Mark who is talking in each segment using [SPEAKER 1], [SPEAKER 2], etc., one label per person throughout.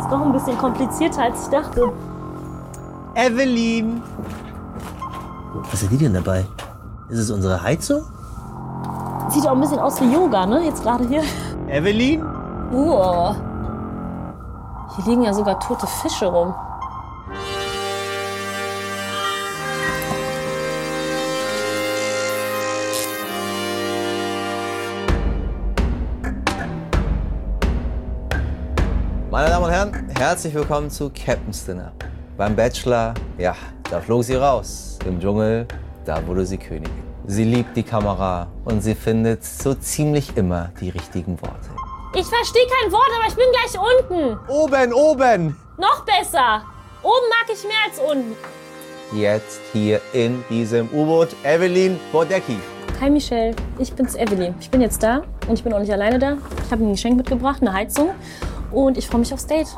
[SPEAKER 1] ist doch ein bisschen komplizierter, als ich dachte.
[SPEAKER 2] Evelyn!
[SPEAKER 3] Was hat die denn dabei? Ist es unsere Heizung?
[SPEAKER 1] Sieht auch ein bisschen aus wie Yoga, ne? Jetzt gerade hier.
[SPEAKER 2] Evelyn?
[SPEAKER 1] Uah. Hier liegen ja sogar tote Fische rum.
[SPEAKER 4] Meine Damen und Herren, herzlich willkommen zu Captain's Dinner. Beim Bachelor, ja, da flog sie raus. Im Dschungel, da wurde sie Königin. Sie liebt die Kamera und sie findet so ziemlich immer die richtigen Worte.
[SPEAKER 1] Ich verstehe kein Wort, aber ich bin gleich unten.
[SPEAKER 2] Oben, oben!
[SPEAKER 1] Noch besser. Oben mag ich mehr als unten.
[SPEAKER 4] Jetzt hier in diesem U-Boot, Evelyn Bodecki.
[SPEAKER 1] Hi Michelle, ich bin's Evelyn. Ich bin jetzt da und ich bin auch nicht alleine da. Ich habe ein Geschenk mitgebracht, eine Heizung. Und ich freue mich aufs Date.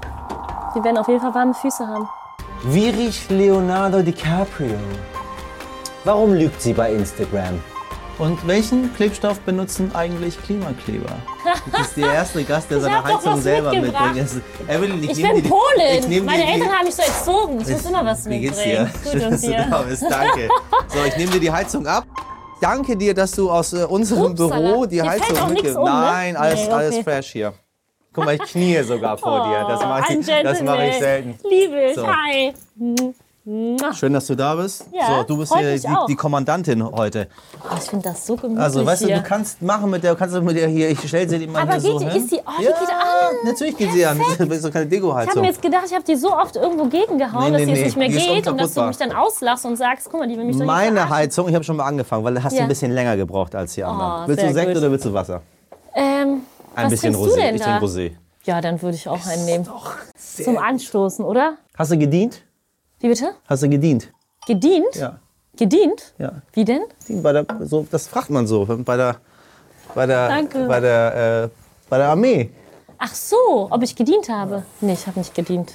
[SPEAKER 1] Wir werden auf jeden Fall warme Füße haben.
[SPEAKER 3] Wie riecht Leonardo DiCaprio? Warum lügt sie bei Instagram?
[SPEAKER 4] Und welchen Klebstoff benutzen eigentlich Klimakleber?
[SPEAKER 2] Du bist der erste Gast, der seine
[SPEAKER 1] hab doch
[SPEAKER 2] Heizung
[SPEAKER 1] was
[SPEAKER 2] selber
[SPEAKER 1] mitgebracht.
[SPEAKER 2] mitbringt. Es ist- Evelyn, ich,
[SPEAKER 1] Ich
[SPEAKER 2] nehm
[SPEAKER 1] bin
[SPEAKER 2] dir die- ich nehm
[SPEAKER 1] Polin.
[SPEAKER 2] dir
[SPEAKER 1] Meine
[SPEAKER 2] die-
[SPEAKER 1] Eltern haben mich so erzogen. Ich muss immer was
[SPEAKER 2] Wie geht's
[SPEAKER 1] mitbringen.
[SPEAKER 2] dir?
[SPEAKER 1] Gut
[SPEAKER 2] Schön,
[SPEAKER 1] und
[SPEAKER 2] dass du da
[SPEAKER 1] dir.
[SPEAKER 2] bist. Danke. So, ich nehme dir die Heizung ab. Danke dir, dass du aus äh, unserem
[SPEAKER 1] Upsala.
[SPEAKER 2] Büro die
[SPEAKER 1] Dir fällt auch
[SPEAKER 2] Heizung
[SPEAKER 1] nix
[SPEAKER 2] mitgibst.
[SPEAKER 1] um, ne?
[SPEAKER 2] Nein, alles,
[SPEAKER 1] Nee,
[SPEAKER 2] alles
[SPEAKER 1] okay.
[SPEAKER 2] fresh hier. Guck mal, ich knie sogar vor dir. Das mache
[SPEAKER 1] ein
[SPEAKER 2] ich, das mach ich
[SPEAKER 1] Gentleman.
[SPEAKER 2] selten.
[SPEAKER 1] Oh, Liebe ich.
[SPEAKER 2] So.
[SPEAKER 1] Hi.
[SPEAKER 2] Schön, dass du da bist.
[SPEAKER 1] Ja,
[SPEAKER 2] so, du bist
[SPEAKER 1] freut
[SPEAKER 2] hier
[SPEAKER 1] mich
[SPEAKER 2] die,
[SPEAKER 1] auch.
[SPEAKER 2] die Kommandantin heute.
[SPEAKER 1] Oh, ich finde das so gemütlich
[SPEAKER 2] Also, weißt du,
[SPEAKER 1] hier.
[SPEAKER 2] du kannst machen mit der, kannst du mit der hier, ich stelle sie dir mal
[SPEAKER 1] Aber
[SPEAKER 2] hier so
[SPEAKER 1] geht die,
[SPEAKER 2] hin.
[SPEAKER 1] ist die, oh, die
[SPEAKER 2] ja,
[SPEAKER 1] geht an.
[SPEAKER 2] natürlich geht sie an. Das ist doch
[SPEAKER 1] Ich habe
[SPEAKER 2] keine Deko-Heizung.
[SPEAKER 1] mir jetzt gedacht, ich habe die so oft irgendwo gegengehauen, dass
[SPEAKER 2] Nee, nee,
[SPEAKER 1] die jetzt
[SPEAKER 2] nee,
[SPEAKER 1] nicht mehr
[SPEAKER 2] die ist
[SPEAKER 1] geht und dass du
[SPEAKER 2] unkaputtbar.
[SPEAKER 1] mich dann auslachst und sagst, guck mal, die will mich doch nicht
[SPEAKER 2] Meine
[SPEAKER 1] verarschen.
[SPEAKER 2] Heizung, ich habe schon mal angefangen, weil hast du
[SPEAKER 1] Ja.
[SPEAKER 2] ein bisschen länger gebraucht als die anderen.
[SPEAKER 1] Oh,
[SPEAKER 2] willst du
[SPEAKER 1] sehr
[SPEAKER 2] Sekt
[SPEAKER 1] gut.
[SPEAKER 2] oder willst du Wasser?
[SPEAKER 1] Ähm,
[SPEAKER 2] Ein
[SPEAKER 1] was
[SPEAKER 2] bisschen
[SPEAKER 1] trinkst
[SPEAKER 2] Rosé.
[SPEAKER 1] du denn
[SPEAKER 2] ich
[SPEAKER 1] da?
[SPEAKER 2] trinke Rosé.
[SPEAKER 1] Ja, dann würde ich auch einen nehmen. Zum Anstoßen, oder?
[SPEAKER 2] Hast du gedient?
[SPEAKER 1] Wie bitte?
[SPEAKER 2] Hast du gedient?
[SPEAKER 1] Gedient?
[SPEAKER 2] Ja.
[SPEAKER 1] Gedient?
[SPEAKER 2] Ja.
[SPEAKER 1] Wie denn?
[SPEAKER 2] Dient Bei der, so, das fragt man so wenn- bei der, bei der,
[SPEAKER 1] Danke.
[SPEAKER 2] bei der, äh, bei der Armee.
[SPEAKER 1] Ach so, ob ich gedient habe? Nee, ich habe nicht gedient.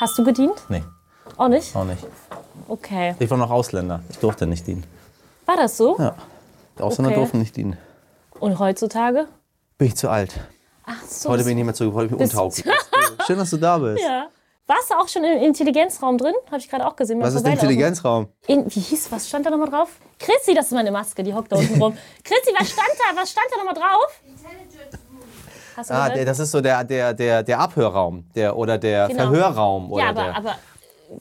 [SPEAKER 1] Hast du gedient?
[SPEAKER 2] Nee,
[SPEAKER 1] Auch nicht?
[SPEAKER 2] auch nicht.
[SPEAKER 1] Okay.
[SPEAKER 2] Ich war noch Ausländer. Ich durfte nicht dienen.
[SPEAKER 1] War das so?
[SPEAKER 2] Ja. Die Ausländer
[SPEAKER 1] Okay.
[SPEAKER 2] durften nicht dienen.
[SPEAKER 1] Und heutzutage?
[SPEAKER 2] Bin ich zu alt.
[SPEAKER 1] Ach so.
[SPEAKER 2] Heute bin ich nicht mehr zu heute bin ich untauglich. Schön, dass du da bist.
[SPEAKER 1] ja. Warst du auch schon im Intelligenzraum drin? Habe ich gerade auch gesehen.
[SPEAKER 2] Was ist der
[SPEAKER 1] Vorbeilaufen.
[SPEAKER 2] Intelligenzraum?
[SPEAKER 1] In, wie hieß, was stand da nochmal drauf? Chrissy, das ist meine Maske, die hockt da unten rum. Chrissy, was stand da, was stand da nochmal drauf? Hast du
[SPEAKER 2] Ah,
[SPEAKER 1] gehört?
[SPEAKER 2] der, das ist so der, der, der, der Abhörraum der, oder der
[SPEAKER 1] Genau.
[SPEAKER 2] Verhörraum. Oder
[SPEAKER 1] ja,
[SPEAKER 2] der.
[SPEAKER 1] aber, aber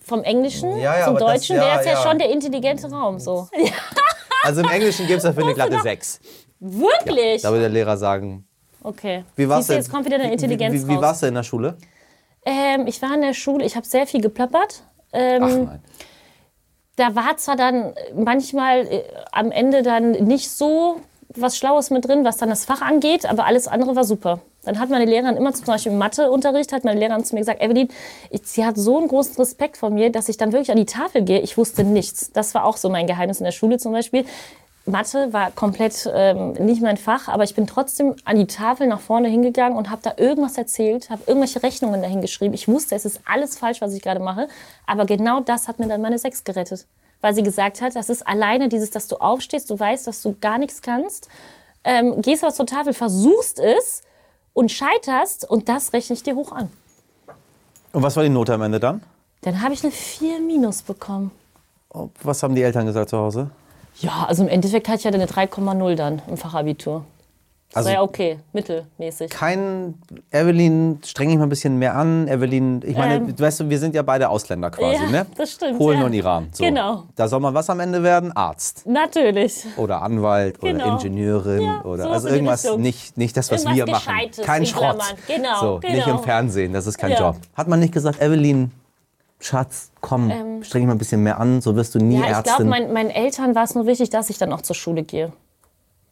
[SPEAKER 1] vom Englischen
[SPEAKER 2] Ja, ja,
[SPEAKER 1] zum
[SPEAKER 2] aber das-
[SPEAKER 1] Deutschen
[SPEAKER 2] ja,
[SPEAKER 1] wäre es ja,
[SPEAKER 2] ja.
[SPEAKER 1] schon der intelligente Raum. So.
[SPEAKER 2] Also im Englischen gibt es dafür eine glatte 6.
[SPEAKER 1] Wirklich?
[SPEAKER 2] Da würde der Lehrer sagen,
[SPEAKER 1] okay.
[SPEAKER 2] wie war's
[SPEAKER 1] Siehst du,
[SPEAKER 2] denn?
[SPEAKER 1] jetzt kommt wieder deine Intelligenz
[SPEAKER 2] Wie, wie, wie
[SPEAKER 1] raus. Mhm.
[SPEAKER 2] war's denn in der Schule?
[SPEAKER 1] Ähm, ich war in der Schule, ich habe sehr viel geplappert. Ähm,
[SPEAKER 2] Ach nein.
[SPEAKER 1] da war zwar dann manchmal äh, am Ende dann nicht so was Schlaues mit drin, was dann das Fach angeht, aber alles andere war super. Dann hat meine Lehrerin immer zum Beispiel im Matheunterricht, hat meine Lehrerin zu mir gesagt, Evelyn, ich, sie hat so einen großen Respekt vor mir, dass ich dann wirklich an die Tafel gehe. Ich wusste nichts. Das war auch so mein Geheimnis in der Schule zum Beispiel. Mathe war komplett ähm, nicht mein Fach, aber ich bin trotzdem an die Tafel nach vorne hingegangen und habe da irgendwas erzählt, habe irgendwelche Rechnungen dahin geschrieben. Ich wusste, es ist alles falsch, was ich gerade mache, aber genau das hat mir dann meine Sechs gerettet, weil sie gesagt hat, das ist alleine dieses, dass du aufstehst, du weißt, dass du gar nichts kannst, ähm, gehst aber zur Tafel, versuchst es und scheiterst und das rechne ich dir hoch an.
[SPEAKER 2] Und was war die Note am Ende dann?
[SPEAKER 1] Dann habe ich eine 4 minus bekommen.
[SPEAKER 2] Ob- Was haben die Eltern gesagt zu Hause?
[SPEAKER 1] Ja, also im Endeffekt hatte ich ja dann eine 3,0 dann im Fachabitur. Das
[SPEAKER 2] Also-
[SPEAKER 1] war ja okay, mittelmäßig.
[SPEAKER 2] Kein, Evelyn, streng dich mal ein bisschen mehr an. Evelyn, ich meine,
[SPEAKER 1] Ähm.
[SPEAKER 2] du weißt du, wir sind ja beide Ausländer quasi,
[SPEAKER 1] Ja,
[SPEAKER 2] ne?
[SPEAKER 1] das stimmt,
[SPEAKER 2] Polen
[SPEAKER 1] ja.
[SPEAKER 2] und Iran. So.
[SPEAKER 1] Genau.
[SPEAKER 2] Da soll man was am Ende werden? Arzt.
[SPEAKER 1] Natürlich.
[SPEAKER 2] Oder Anwalt oder
[SPEAKER 1] Genau.
[SPEAKER 2] Ingenieurin
[SPEAKER 1] Ja,
[SPEAKER 2] oder
[SPEAKER 1] sowas
[SPEAKER 2] also
[SPEAKER 1] in die
[SPEAKER 2] irgendwas,
[SPEAKER 1] Richtung.
[SPEAKER 2] nicht, nicht das, was
[SPEAKER 1] Irgendwas
[SPEAKER 2] wir machen.
[SPEAKER 1] Gescheites,
[SPEAKER 2] Kein
[SPEAKER 1] in
[SPEAKER 2] Schrott.
[SPEAKER 1] Klammern. Genau,
[SPEAKER 2] so,
[SPEAKER 1] genau.
[SPEAKER 2] Nicht im Fernsehen, das ist kein
[SPEAKER 1] Ja.
[SPEAKER 2] Job. Hat man nicht gesagt, Evelyn, Schatz, komm, streng dich mal ein bisschen mehr an, so wirst du nie
[SPEAKER 1] Ähm, Ja, ich glaube,
[SPEAKER 2] Ärztin.
[SPEAKER 1] mein, meinen Eltern war es nur wichtig, dass ich dann auch zur Schule gehe.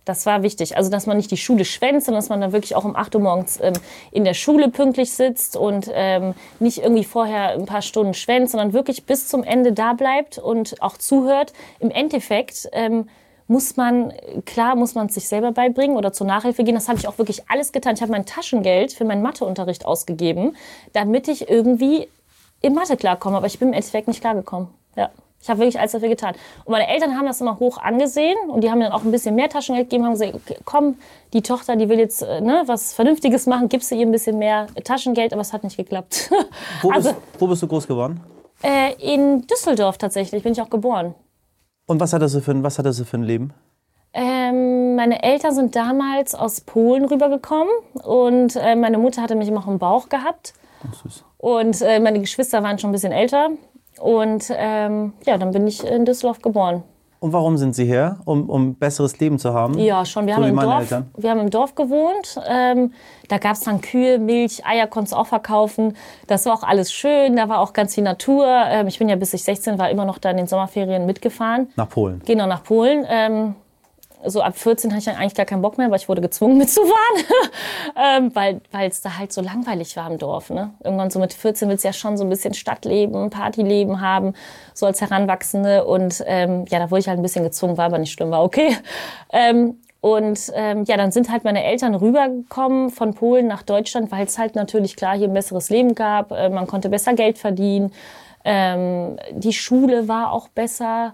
[SPEAKER 1] Das war wichtig. Also, dass man nicht die Schule schwänzt, sondern dass man dann wirklich auch um 8 Uhr morgens ähm, in der Schule pünktlich sitzt und ähm, nicht irgendwie vorher ein paar Stunden schwänzt, sondern wirklich bis zum Ende da bleibt und auch zuhört. Im Endeffekt ähm, muss man, klar, muss man es sich selber beibringen oder zur Nachhilfe gehen. Das habe ich auch wirklich alles getan. Ich habe mein Taschengeld für meinen Matheunterricht ausgegeben, damit ich irgendwie im Mathe klarkomme. Aber ich bin im Endeffekt nicht klargekommen. Ja. Ich Ich habe wirklich alles dafür getan. Und meine Eltern haben das immer hoch angesehen und die haben mir dann auch ein bisschen mehr Taschengeld gegeben, haben gesagt, okay, komm, die Tochter, die will jetzt äh, ne, was Vernünftiges machen, gibst du ihr ein bisschen mehr Taschengeld, aber es hat nicht geklappt.
[SPEAKER 2] Wo,
[SPEAKER 1] also
[SPEAKER 2] bist, wo bist du groß geworden?
[SPEAKER 1] äh, in Düsseldorf tatsächlich bin ich auch geboren.
[SPEAKER 2] Und was hattest du für ein, was hattest du für ein Leben?
[SPEAKER 1] Ähm, meine Eltern sind damals aus Polen rübergekommen und äh, meine Mutter hatte mich immer auch im Bauch gehabt. Und äh, meine Geschwister waren schon ein bisschen älter. Und ähm, ja, dann bin ich in Düsseldorf geboren.
[SPEAKER 2] Und warum sind sie her? Um, um besseres Leben zu haben?
[SPEAKER 1] Ja, schon. Wir,
[SPEAKER 2] so
[SPEAKER 1] haben,
[SPEAKER 2] wie
[SPEAKER 1] im
[SPEAKER 2] meine
[SPEAKER 1] Dorf,
[SPEAKER 2] Eltern.
[SPEAKER 1] wir haben im Dorf gewohnt. Ähm, da gab es dann Kühe, Milch, Eier konntest du auch verkaufen. Das war auch alles schön. Da war auch ganz viel Natur. Ähm, ich bin ja bis ich 16 war immer noch da in den Sommerferien mitgefahren.
[SPEAKER 2] Nach Polen.
[SPEAKER 1] Genau, nach Polen. Ähm, so ab 14 hatte ich dann eigentlich gar keinen Bock mehr, aber ich wurde gezwungen mitzufahren, ähm, weil weil es da halt so langweilig war im Dorf. Ne? Irgendwann so mit 14 willst du ja schon so ein bisschen Stadtleben, Partyleben haben, so als Heranwachsende. Und ähm, ja, da wurde ich halt ein bisschen gezwungen, war aber nicht schlimm, war okay. Ähm, und ähm, ja, dann sind halt meine Eltern rübergekommen von Polen nach Deutschland, weil es halt natürlich klar hier ein besseres Leben gab, äh, man konnte besser Geld verdienen, ähm, die Schule war auch besser.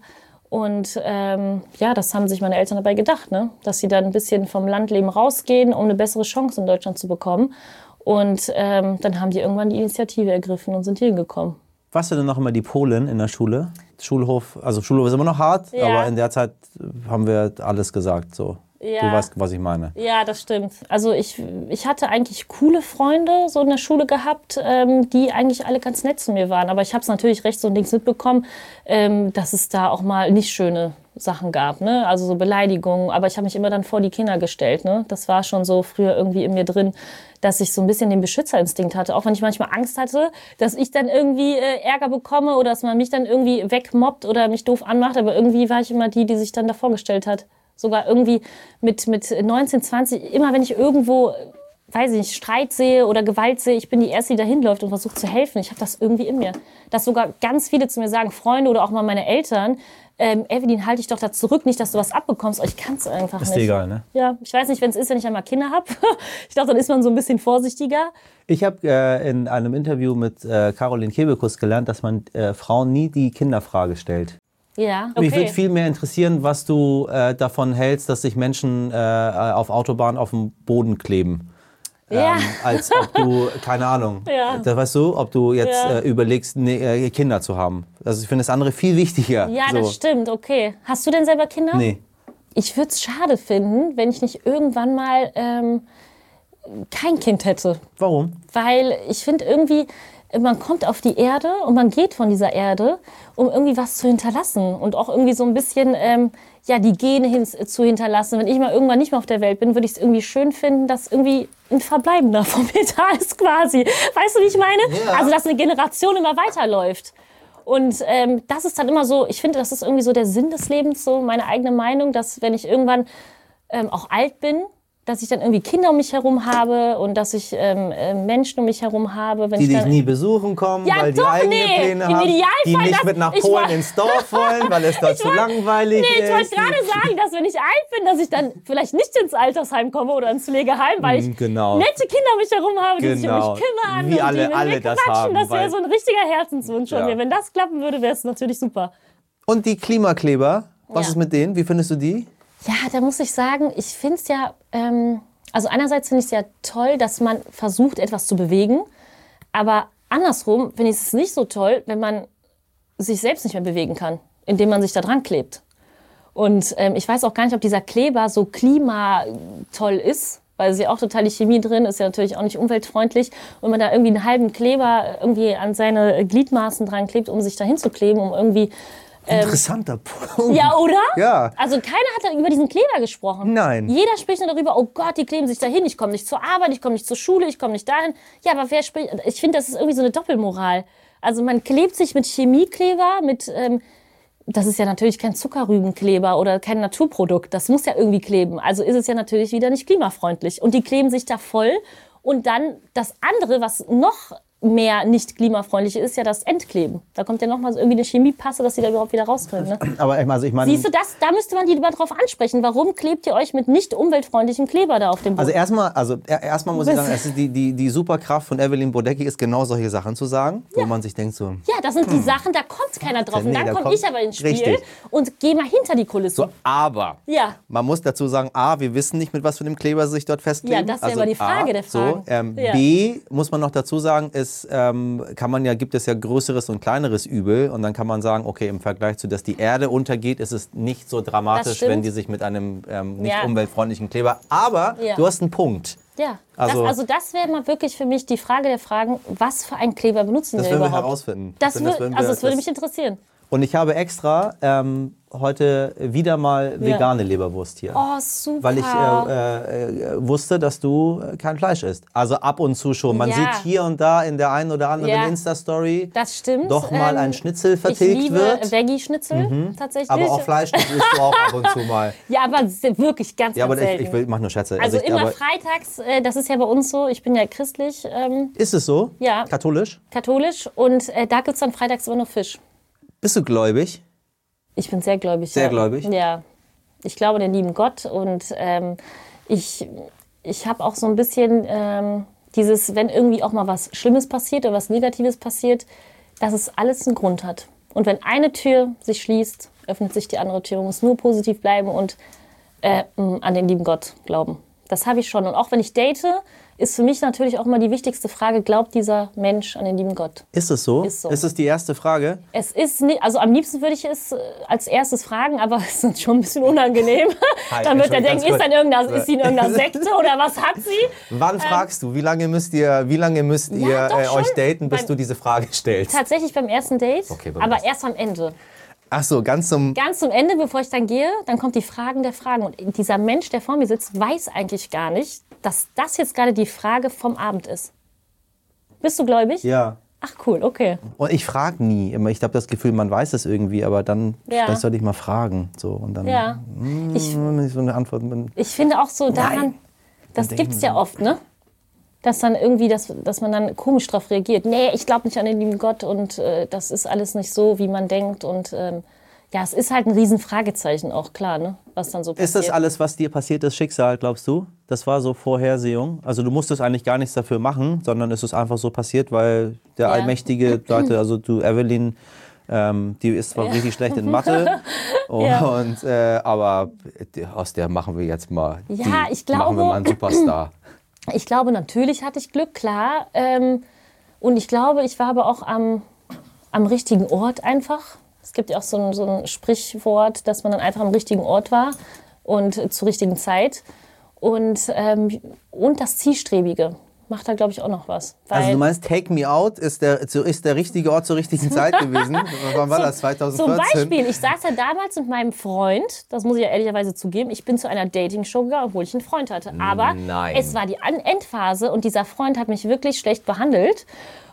[SPEAKER 1] Und ähm, ja, das haben sich meine Eltern dabei gedacht, ne? dass sie dann ein bisschen vom Landleben rausgehen, um eine bessere Chance in Deutschland zu bekommen. Und ähm, dann haben die irgendwann die Initiative ergriffen und sind hier gekommen.
[SPEAKER 2] Warst du denn noch immer die Polen in der Schule? Schulhof, also Schulhof ist immer noch hart,
[SPEAKER 1] Ja.
[SPEAKER 2] aber in der Zeit haben wir alles gesagt. So.
[SPEAKER 1] Ja.
[SPEAKER 2] Du weißt, was ich meine.
[SPEAKER 1] Ja, das stimmt. Also ich, ich hatte eigentlich coole Freunde so in der Schule gehabt, ähm, die eigentlich alle ganz nett zu mir waren. Aber ich habe es natürlich rechts und links mitbekommen, ähm, dass es da auch mal nicht schöne Sachen gab, ne? Also so Beleidigungen. Aber ich habe mich immer dann vor die Kinder gestellt, ne? Das war schon so früher irgendwie in mir drin, dass ich so ein bisschen den Beschützerinstinkt hatte. Auch wenn ich manchmal Angst hatte, dass ich dann irgendwie äh, Ärger bekomme oder dass man mich dann irgendwie wegmobbt oder mich doof anmacht. Aber irgendwie war ich immer die, die sich dann davor gestellt hat sogar irgendwie mit, mit 19, 20, immer wenn ich irgendwo, weiß ich nicht, Streit sehe oder Gewalt sehe, ich bin die Erste, die da hinläuft und versucht zu helfen. Ich habe das irgendwie in mir. Dass sogar ganz viele zu mir sagen, Freunde oder auch mal meine Eltern, ähm, Evelyn, halte dich doch da zurück, nicht, dass du was abbekommst. Aber Ich kann es einfach
[SPEAKER 2] Ist
[SPEAKER 1] nicht.
[SPEAKER 2] dir egal, ne?
[SPEAKER 1] Ja, ich weiß nicht, wenn es ist, wenn ich einmal Kinder habe. ich glaube, dann ist man so ein bisschen vorsichtiger.
[SPEAKER 2] Ich habe äh, in einem Interview mit äh, Caroline Kebekus gelernt, dass man äh, Frauen nie die Kinderfrage stellt.
[SPEAKER 1] Ja, okay.
[SPEAKER 2] Mich würde viel mehr interessieren, was du äh, davon hältst, dass sich Menschen äh, auf Autobahnen auf dem Boden kleben.
[SPEAKER 1] Ja.
[SPEAKER 2] als ob du, keine Ahnung,
[SPEAKER 1] Ja.
[SPEAKER 2] da weißt du, ob du jetzt
[SPEAKER 1] Ja.
[SPEAKER 2] äh, überlegst, nee, äh, Kinder zu haben. Also ich finde das andere viel wichtiger.
[SPEAKER 1] ja,
[SPEAKER 2] so.
[SPEAKER 1] das stimmt, okay. Hast du denn selber Kinder?
[SPEAKER 2] Nee.
[SPEAKER 1] ich würde es schade finden, wenn ich nicht irgendwann mal ähm, kein Kind hätte.
[SPEAKER 2] Warum?
[SPEAKER 1] Weil ich finde irgendwie, man kommt auf die Erde und man geht von dieser Erde, um irgendwie was zu hinterlassen und auch irgendwie so ein bisschen ähm, ja, die Gene hin zu hinterlassen. Wenn ich mal irgendwann nicht mehr auf der Welt bin, würde ich es irgendwie schön finden, dass irgendwie ein Verbleibender von mir da ist quasi. Weißt du, wie ich meine? Also, dass eine Generation immer weiterläuft. Und ähm, das ist dann immer so, ich finde, das ist irgendwie so der Sinn des Lebens, so meine eigene Meinung, dass wenn ich irgendwann ähm, auch alt bin, dass ich dann irgendwie Kinder um mich herum habe und dass ich ähm, äh, Menschen um mich herum habe. Wenn
[SPEAKER 2] Die
[SPEAKER 1] ich
[SPEAKER 2] dich
[SPEAKER 1] dann,
[SPEAKER 2] nie besuchen kommen,
[SPEAKER 1] Ja,
[SPEAKER 2] weil die
[SPEAKER 1] doch,
[SPEAKER 2] eigene
[SPEAKER 1] nee.
[SPEAKER 2] Pläne
[SPEAKER 1] Im
[SPEAKER 2] haben, die
[SPEAKER 1] Idealfall,
[SPEAKER 2] nicht
[SPEAKER 1] dass-
[SPEAKER 2] mit nach
[SPEAKER 1] ich
[SPEAKER 2] Polen
[SPEAKER 1] wollt-
[SPEAKER 2] ins Dorf wollen, weil es da zu
[SPEAKER 1] wollt-
[SPEAKER 2] langweilig
[SPEAKER 1] Nee, ich
[SPEAKER 2] ist.
[SPEAKER 1] wollte gerade sagen, dass wenn ich alt bin, dass ich dann vielleicht nicht ins Altersheim komme oder ins Pflegeheim, weil ich
[SPEAKER 2] Mm, genau.
[SPEAKER 1] nette Kinder um mich herum habe, die sich um
[SPEAKER 2] Genau.
[SPEAKER 1] mich kümmern
[SPEAKER 2] Wie
[SPEAKER 1] und
[SPEAKER 2] alle-
[SPEAKER 1] die mit
[SPEAKER 2] alle
[SPEAKER 1] mir
[SPEAKER 2] das
[SPEAKER 1] quatschen.
[SPEAKER 2] haben,
[SPEAKER 1] das wäre
[SPEAKER 2] weil-
[SPEAKER 1] so ein richtiger Herzenswunsch von
[SPEAKER 2] Ja.
[SPEAKER 1] mir. Wenn das klappen würde, wäre es natürlich super.
[SPEAKER 2] Und die Klimakleber, was
[SPEAKER 1] Ja.
[SPEAKER 2] ist mit denen? Wie findest du die?
[SPEAKER 1] Ja, da muss ich sagen, ich finde es ja, ähm, also einerseits finde ich es ja toll, dass man versucht, etwas zu bewegen, aber andersrum finde ich es nicht so toll, wenn man sich selbst nicht mehr bewegen kann, indem man sich da dran klebt. Und ähm, ich weiß auch gar nicht, ob dieser Kleber so klimatoll ist, weil es ist ja auch total die Chemie drin, ist ja natürlich auch nicht umweltfreundlich. Und man da irgendwie einen halben Kleber irgendwie an seine Gliedmaßen dran klebt, um sich dahin zu kleben, um irgendwie.
[SPEAKER 2] Interessanter Punkt.
[SPEAKER 1] Ja, oh. oder?
[SPEAKER 2] Ja.
[SPEAKER 1] Also keiner hat da über diesen Kleber gesprochen.
[SPEAKER 2] Nein.
[SPEAKER 1] Jeder spricht nur darüber, oh Gott, die kleben sich dahin, ich komme nicht zur Arbeit, ich komme nicht zur Schule, ich komme nicht dahin. Ja, aber wer spricht, ich finde, das ist irgendwie so eine Doppelmoral. Also man klebt sich mit Chemiekleber, mit, ähm, das ist ja natürlich kein Zuckerrübenkleber oder kein Naturprodukt, das muss ja irgendwie kleben. Also ist es ja natürlich wieder nicht klimafreundlich. Und die kleben sich da voll und dann das andere, was noch mehr nicht klimafreundlich ist, ist ja das Entkleben. Da kommt ja nochmal so irgendwie eine Chemiepasse, dass die da überhaupt wieder rauskommen. Ne?
[SPEAKER 2] Aber ich meine, also ich meine,
[SPEAKER 1] Siehst du, das, da müsste man die mal drauf ansprechen. Warum klebt ihr euch mit nicht umweltfreundlichem Kleber da auf dem Boden?
[SPEAKER 2] Also erstmal, also er- erstmal muss ich
[SPEAKER 1] Was?
[SPEAKER 2] sagen, es ist die, die, die Superkraft von Evelyn Bodecki ist genau solche Sachen zu sagen, wo man sich denkt so,
[SPEAKER 1] ja, das sind die Sachen, da kommt keiner drauf. Und
[SPEAKER 2] Nee,
[SPEAKER 1] dann
[SPEAKER 2] da
[SPEAKER 1] komme
[SPEAKER 2] kommt-
[SPEAKER 1] ich aber ins Spiel
[SPEAKER 2] Richtig.
[SPEAKER 1] und gehe mal hinter die Kulissen.
[SPEAKER 2] So, aber
[SPEAKER 1] Ja.
[SPEAKER 2] man muss dazu sagen, A, wir wissen nicht, mit was für einem Kleber sie sich dort festlegen. Also
[SPEAKER 1] Ja, das ist ja immer die Frage
[SPEAKER 2] A,
[SPEAKER 1] der Fragen.
[SPEAKER 2] So, ähm,
[SPEAKER 1] Ja.
[SPEAKER 2] B, muss man noch dazu sagen, ist, ähm, kann man ja, gibt es ja größeres und kleineres Übel. Und dann kann man sagen, okay, im Vergleich zu, dass die Erde untergeht, ist es nicht so
[SPEAKER 1] Das
[SPEAKER 2] dramatisch,
[SPEAKER 1] stimmt.
[SPEAKER 2] wenn die sich mit einem ähm, nicht
[SPEAKER 1] Ja.
[SPEAKER 2] umweltfreundlichen Kleber. Aber
[SPEAKER 1] Ja.
[SPEAKER 2] du hast einen Punkt.
[SPEAKER 1] Ja, also
[SPEAKER 2] Also-
[SPEAKER 1] das, also das wäre mal wirklich für mich die Frage der Fragen, was für einen Kleber benutzen
[SPEAKER 2] Das
[SPEAKER 1] wir
[SPEAKER 2] werden wir
[SPEAKER 1] überhaupt?
[SPEAKER 2] herausfinden.
[SPEAKER 1] das
[SPEAKER 2] Denn
[SPEAKER 1] wür
[SPEAKER 2] werden wir-
[SPEAKER 1] also es würde
[SPEAKER 2] das-
[SPEAKER 1] mich interessieren.
[SPEAKER 2] Und ich habe extra ähm, heute wieder mal
[SPEAKER 1] Ja.
[SPEAKER 2] vegane Leberwurst hier.
[SPEAKER 1] Oh, super.
[SPEAKER 2] Weil ich äh, äh, äh, wusste, dass du äh, kein Fleisch isst. Also ab und zu schon. Man
[SPEAKER 1] Ja.
[SPEAKER 2] sieht hier und da in der einen oder anderen
[SPEAKER 1] Ja.
[SPEAKER 2] Insta-Story
[SPEAKER 1] das stimmt. ähm,
[SPEAKER 2] doch mal ein Schnitzel vertilgt
[SPEAKER 1] Ich liebe
[SPEAKER 2] wird. Mhm.
[SPEAKER 1] Veggie-Schnitzel tatsächlich.
[SPEAKER 2] Aber auch Fleisch das isst du auch ab und zu mal.
[SPEAKER 1] Ja, aber se- wirklich ganz,
[SPEAKER 2] Ja,
[SPEAKER 1] ganz
[SPEAKER 2] aber ich,
[SPEAKER 1] selten.
[SPEAKER 2] ich will- mach nur Schätze.
[SPEAKER 1] also
[SPEAKER 2] ich,
[SPEAKER 1] immer
[SPEAKER 2] aber,
[SPEAKER 1] freitags, äh, das ist ja bei uns so, ich bin ja christlich, ähm,
[SPEAKER 2] ist es so?
[SPEAKER 1] Ja.
[SPEAKER 2] Katholisch?
[SPEAKER 1] katholisch und äh, da gibt es dann freitags immer nur Fisch.
[SPEAKER 2] Bist du gläubig?
[SPEAKER 1] Ich bin sehr gläubig.
[SPEAKER 2] Sehr
[SPEAKER 1] ja.
[SPEAKER 2] gläubig?
[SPEAKER 1] Ja. Ich glaube an den lieben Gott und ähm, ich, ich habe auch so ein bisschen ähm, dieses, wenn irgendwie auch mal was Schlimmes passiert oder was Negatives passiert, dass es alles einen Grund hat. Und wenn eine Tür sich schließt, öffnet sich die andere Tür. Man muss nur positiv bleiben und äh, mh, an den lieben Gott glauben. Das habe ich schon. Und auch wenn ich date, ist für mich natürlich auch immer die wichtigste Frage, glaubt dieser Mensch an den lieben Gott?
[SPEAKER 2] Ist es so?
[SPEAKER 1] Ist so.
[SPEAKER 2] Ist es die erste Frage?
[SPEAKER 1] Es ist nicht, also am liebsten würde ich es äh, als erstes fragen, aber es ist schon ein bisschen unangenehm.
[SPEAKER 2] Hi,
[SPEAKER 1] dann wird er
[SPEAKER 2] Entschuldigung,
[SPEAKER 1] denken,
[SPEAKER 2] ganz kurz.
[SPEAKER 1] ist, dann irgendeiner, ist sie in irgendeiner Sekte oder was hat sie?
[SPEAKER 2] Wann fragst du? Wie lange müsst ihr, wie lange müsst ihr
[SPEAKER 1] Ähm. doch
[SPEAKER 2] äh, euch
[SPEAKER 1] schon.
[SPEAKER 2] daten, bis
[SPEAKER 1] Beim-
[SPEAKER 2] du diese Frage stellst?
[SPEAKER 1] Tatsächlich beim ersten Date,
[SPEAKER 2] Okay, beim
[SPEAKER 1] aber
[SPEAKER 2] ersten.
[SPEAKER 1] erst am Ende.
[SPEAKER 2] Ach so, ganz zum.
[SPEAKER 1] Ganz zum Ende, bevor ich dann gehe, dann kommt die Fragen der Fragen. Und dieser Mensch, der vor mir sitzt, weiß eigentlich gar nicht, dass das jetzt gerade die Frage vom Abend ist. Bist du gläubig?
[SPEAKER 2] Ja.
[SPEAKER 1] Ach cool, okay.
[SPEAKER 2] Und Oh, ich frage nie. Immer, ich habe das Gefühl, man weiß es irgendwie, aber dann
[SPEAKER 1] Ja.
[SPEAKER 2] vielleicht sollte ich mal fragen. So, und dann hm,
[SPEAKER 1] Ja. Ich,
[SPEAKER 2] wenn ich so eine Antwort bin.
[SPEAKER 1] Ich finde auch so daran, das gibt's ja oft, ne? Dass dann irgendwie, dass, dass man dann komisch drauf reagiert. Nee, ich glaube nicht an den lieben Gott und äh, das ist alles nicht so, wie man denkt. Und ähm, ja, es ist halt ein riesen Fragezeichen auch, klar, ne? Was dann so passiert.
[SPEAKER 2] Ist das alles, was dir passiert ist, Schicksal, glaubst du? Das war so Vorhersehung. Also du musstest eigentlich gar nichts dafür machen, sondern es ist einfach so passiert, weil der
[SPEAKER 1] Ja.
[SPEAKER 2] Allmächtige sagte, also du, Evelyn, ähm, die ist zwar richtig schlecht in Mathe, und,
[SPEAKER 1] Ja.
[SPEAKER 2] äh, aber aus der machen wir jetzt mal.
[SPEAKER 1] Ja, ich glaube-
[SPEAKER 2] Machen wir mal einen Superstar.
[SPEAKER 1] Ich glaube, natürlich hatte ich Glück, klar. Ähm, und ich glaube, ich war aber auch am, am richtigen Ort einfach. Es gibt ja auch so ein, so ein Sprichwort, dass man dann einfach am richtigen Ort war und äh, zur richtigen Zeit. Und, ähm, und das Zielstrebige macht da, glaube ich, auch noch was. Weil
[SPEAKER 2] Also du meinst, Take Me Out ist der, zu- ist der richtige Ort zur richtigen Zeit gewesen. Wann war das? 2014?
[SPEAKER 1] Zum Beispiel, ich saß ja damals mit meinem Freund, das muss ich ja ehrlicherweise zugeben, ich bin zu einer Dating-Show gegangen, obwohl ich einen Freund
[SPEAKER 2] Mhm.
[SPEAKER 1] hatte. Aber
[SPEAKER 4] Nein.
[SPEAKER 1] es war die An Endphase und dieser Freund hat mich wirklich schlecht behandelt.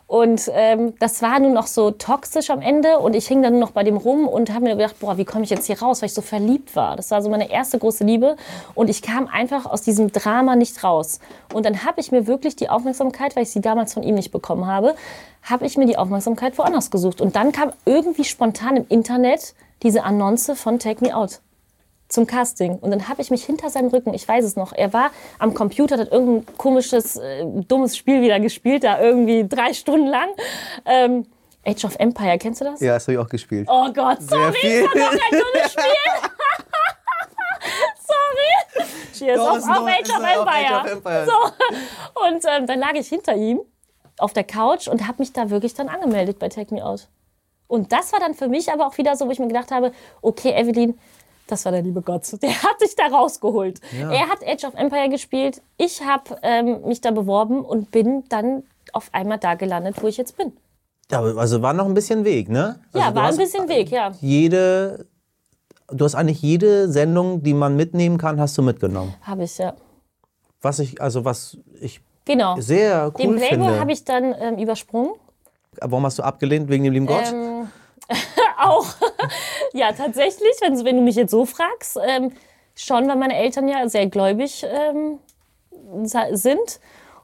[SPEAKER 1] Und ähm, das war nun noch so toxisch am Ende und ich hing dann nur noch bei dem rum und habe mir gedacht, boah, wie komme ich jetzt hier raus, weil ich so verliebt war. Das war so meine erste große Liebe und ich kam einfach aus diesem Drama nicht raus. Und dann habe ich mir wirklich die Aufmerksamkeit, weil ich sie damals von ihm nicht bekommen habe, habe ich mir die Aufmerksamkeit woanders gesucht. Und dann kam irgendwie spontan im Internet diese Annonce von Take Me Out zum Casting. Und dann habe ich mich hinter seinem Rücken, ich weiß es noch, er war am Computer, hat irgendein komisches, äh, dummes Spiel wieder gespielt, da irgendwie drei Stunden lang. Ähm, Age of Empire, kennst du das?
[SPEAKER 2] Ja, das habe ich auch gespielt.
[SPEAKER 1] Oh Gott, sorry,
[SPEAKER 2] viel.
[SPEAKER 1] das war doch ein dummes Spiel. sorry. Cheers auf,
[SPEAKER 2] Dosen,
[SPEAKER 1] auf Age
[SPEAKER 2] Dosen,
[SPEAKER 1] of
[SPEAKER 2] auf Age of
[SPEAKER 1] Empire.
[SPEAKER 2] Empires.
[SPEAKER 1] So. Und ähm, dann lag ich hinter ihm auf der Couch und habe mich da wirklich dann angemeldet bei Take Me Out. Und das war dann für mich aber auch wieder so, wo ich mir gedacht habe, okay, Evelyn, das war der liebe Gott. Der hat dich da rausgeholt. Er hat Age of Empire gespielt, ich habe ähm, mich da beworben und bin dann auf einmal da gelandet, wo ich jetzt bin.
[SPEAKER 2] Ja, aber also war noch ein bisschen Weg, ne?
[SPEAKER 1] Ja,
[SPEAKER 2] also du
[SPEAKER 1] war ein
[SPEAKER 2] hast
[SPEAKER 1] bisschen Weg, ja.
[SPEAKER 2] Jede, du hast eigentlich jede Sendung, die man mitnehmen kann, hast du mitgenommen.
[SPEAKER 1] Habe ich, ja.
[SPEAKER 2] Was ich, also was ich
[SPEAKER 1] Genau.
[SPEAKER 2] sehr cool
[SPEAKER 1] Den Playboy
[SPEAKER 2] finde.
[SPEAKER 1] habe ich dann ähm, übersprungen.
[SPEAKER 2] Warum hast du abgelehnt? Wegen dem lieben Gott?
[SPEAKER 1] Ähm, auch. ja, tatsächlich, wenn, wenn du mich jetzt so fragst, ähm, schon, weil meine Eltern ja sehr gläubig ähm, sa- sind.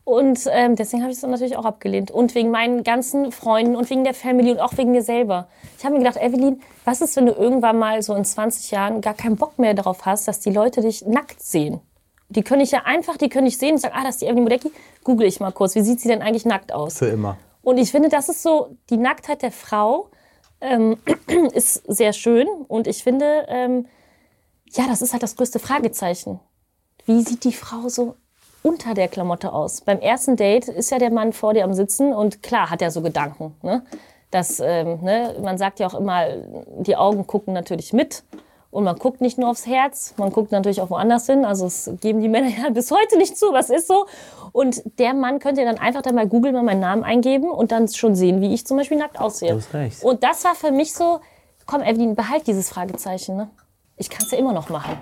[SPEAKER 1] Und ähm, deswegen habe ich es dann natürlich auch abgelehnt. Und wegen meinen ganzen Freunden und wegen der Family und auch wegen mir selber. Ich habe mir gedacht, Evelyn, was ist, wenn du irgendwann mal so in 20 Jahren gar keinen Bock mehr darauf hast, dass die Leute dich nackt sehen? Die können ich ja einfach, die können ich sehen und sagen, ah, das ist die Evelyn Modecki. Google ich mal kurz, wie sieht sie denn eigentlich nackt aus?
[SPEAKER 2] Für immer.
[SPEAKER 1] Und ich finde, das ist so die Nacktheit der Frau, ähm, ist sehr schön. Und ich finde, ähm, ja, das ist halt das größte Fragezeichen. Wie sieht die Frau so unter der Klamotte aus? Beim ersten Date ist ja der Mann vor dir am Sitzen und klar hat er so Gedanken. Ne? Das, ähm, ne, man sagt ja auch immer, die Augen gucken natürlich mit. Und man guckt nicht nur aufs Herz, man guckt natürlich auch woanders hin. Also es geben die Männer ja bis heute nicht zu, was ist so. Und der Mann könnte ja dann einfach dann bei Google mal meinen Namen eingeben und dann schon sehen, wie ich zum Beispiel nackt aussehe.
[SPEAKER 2] Du hast recht.
[SPEAKER 1] Und das war für mich so, komm Evelyn, behalt dieses Fragezeichen. Ne? Ich kann es ja immer noch machen.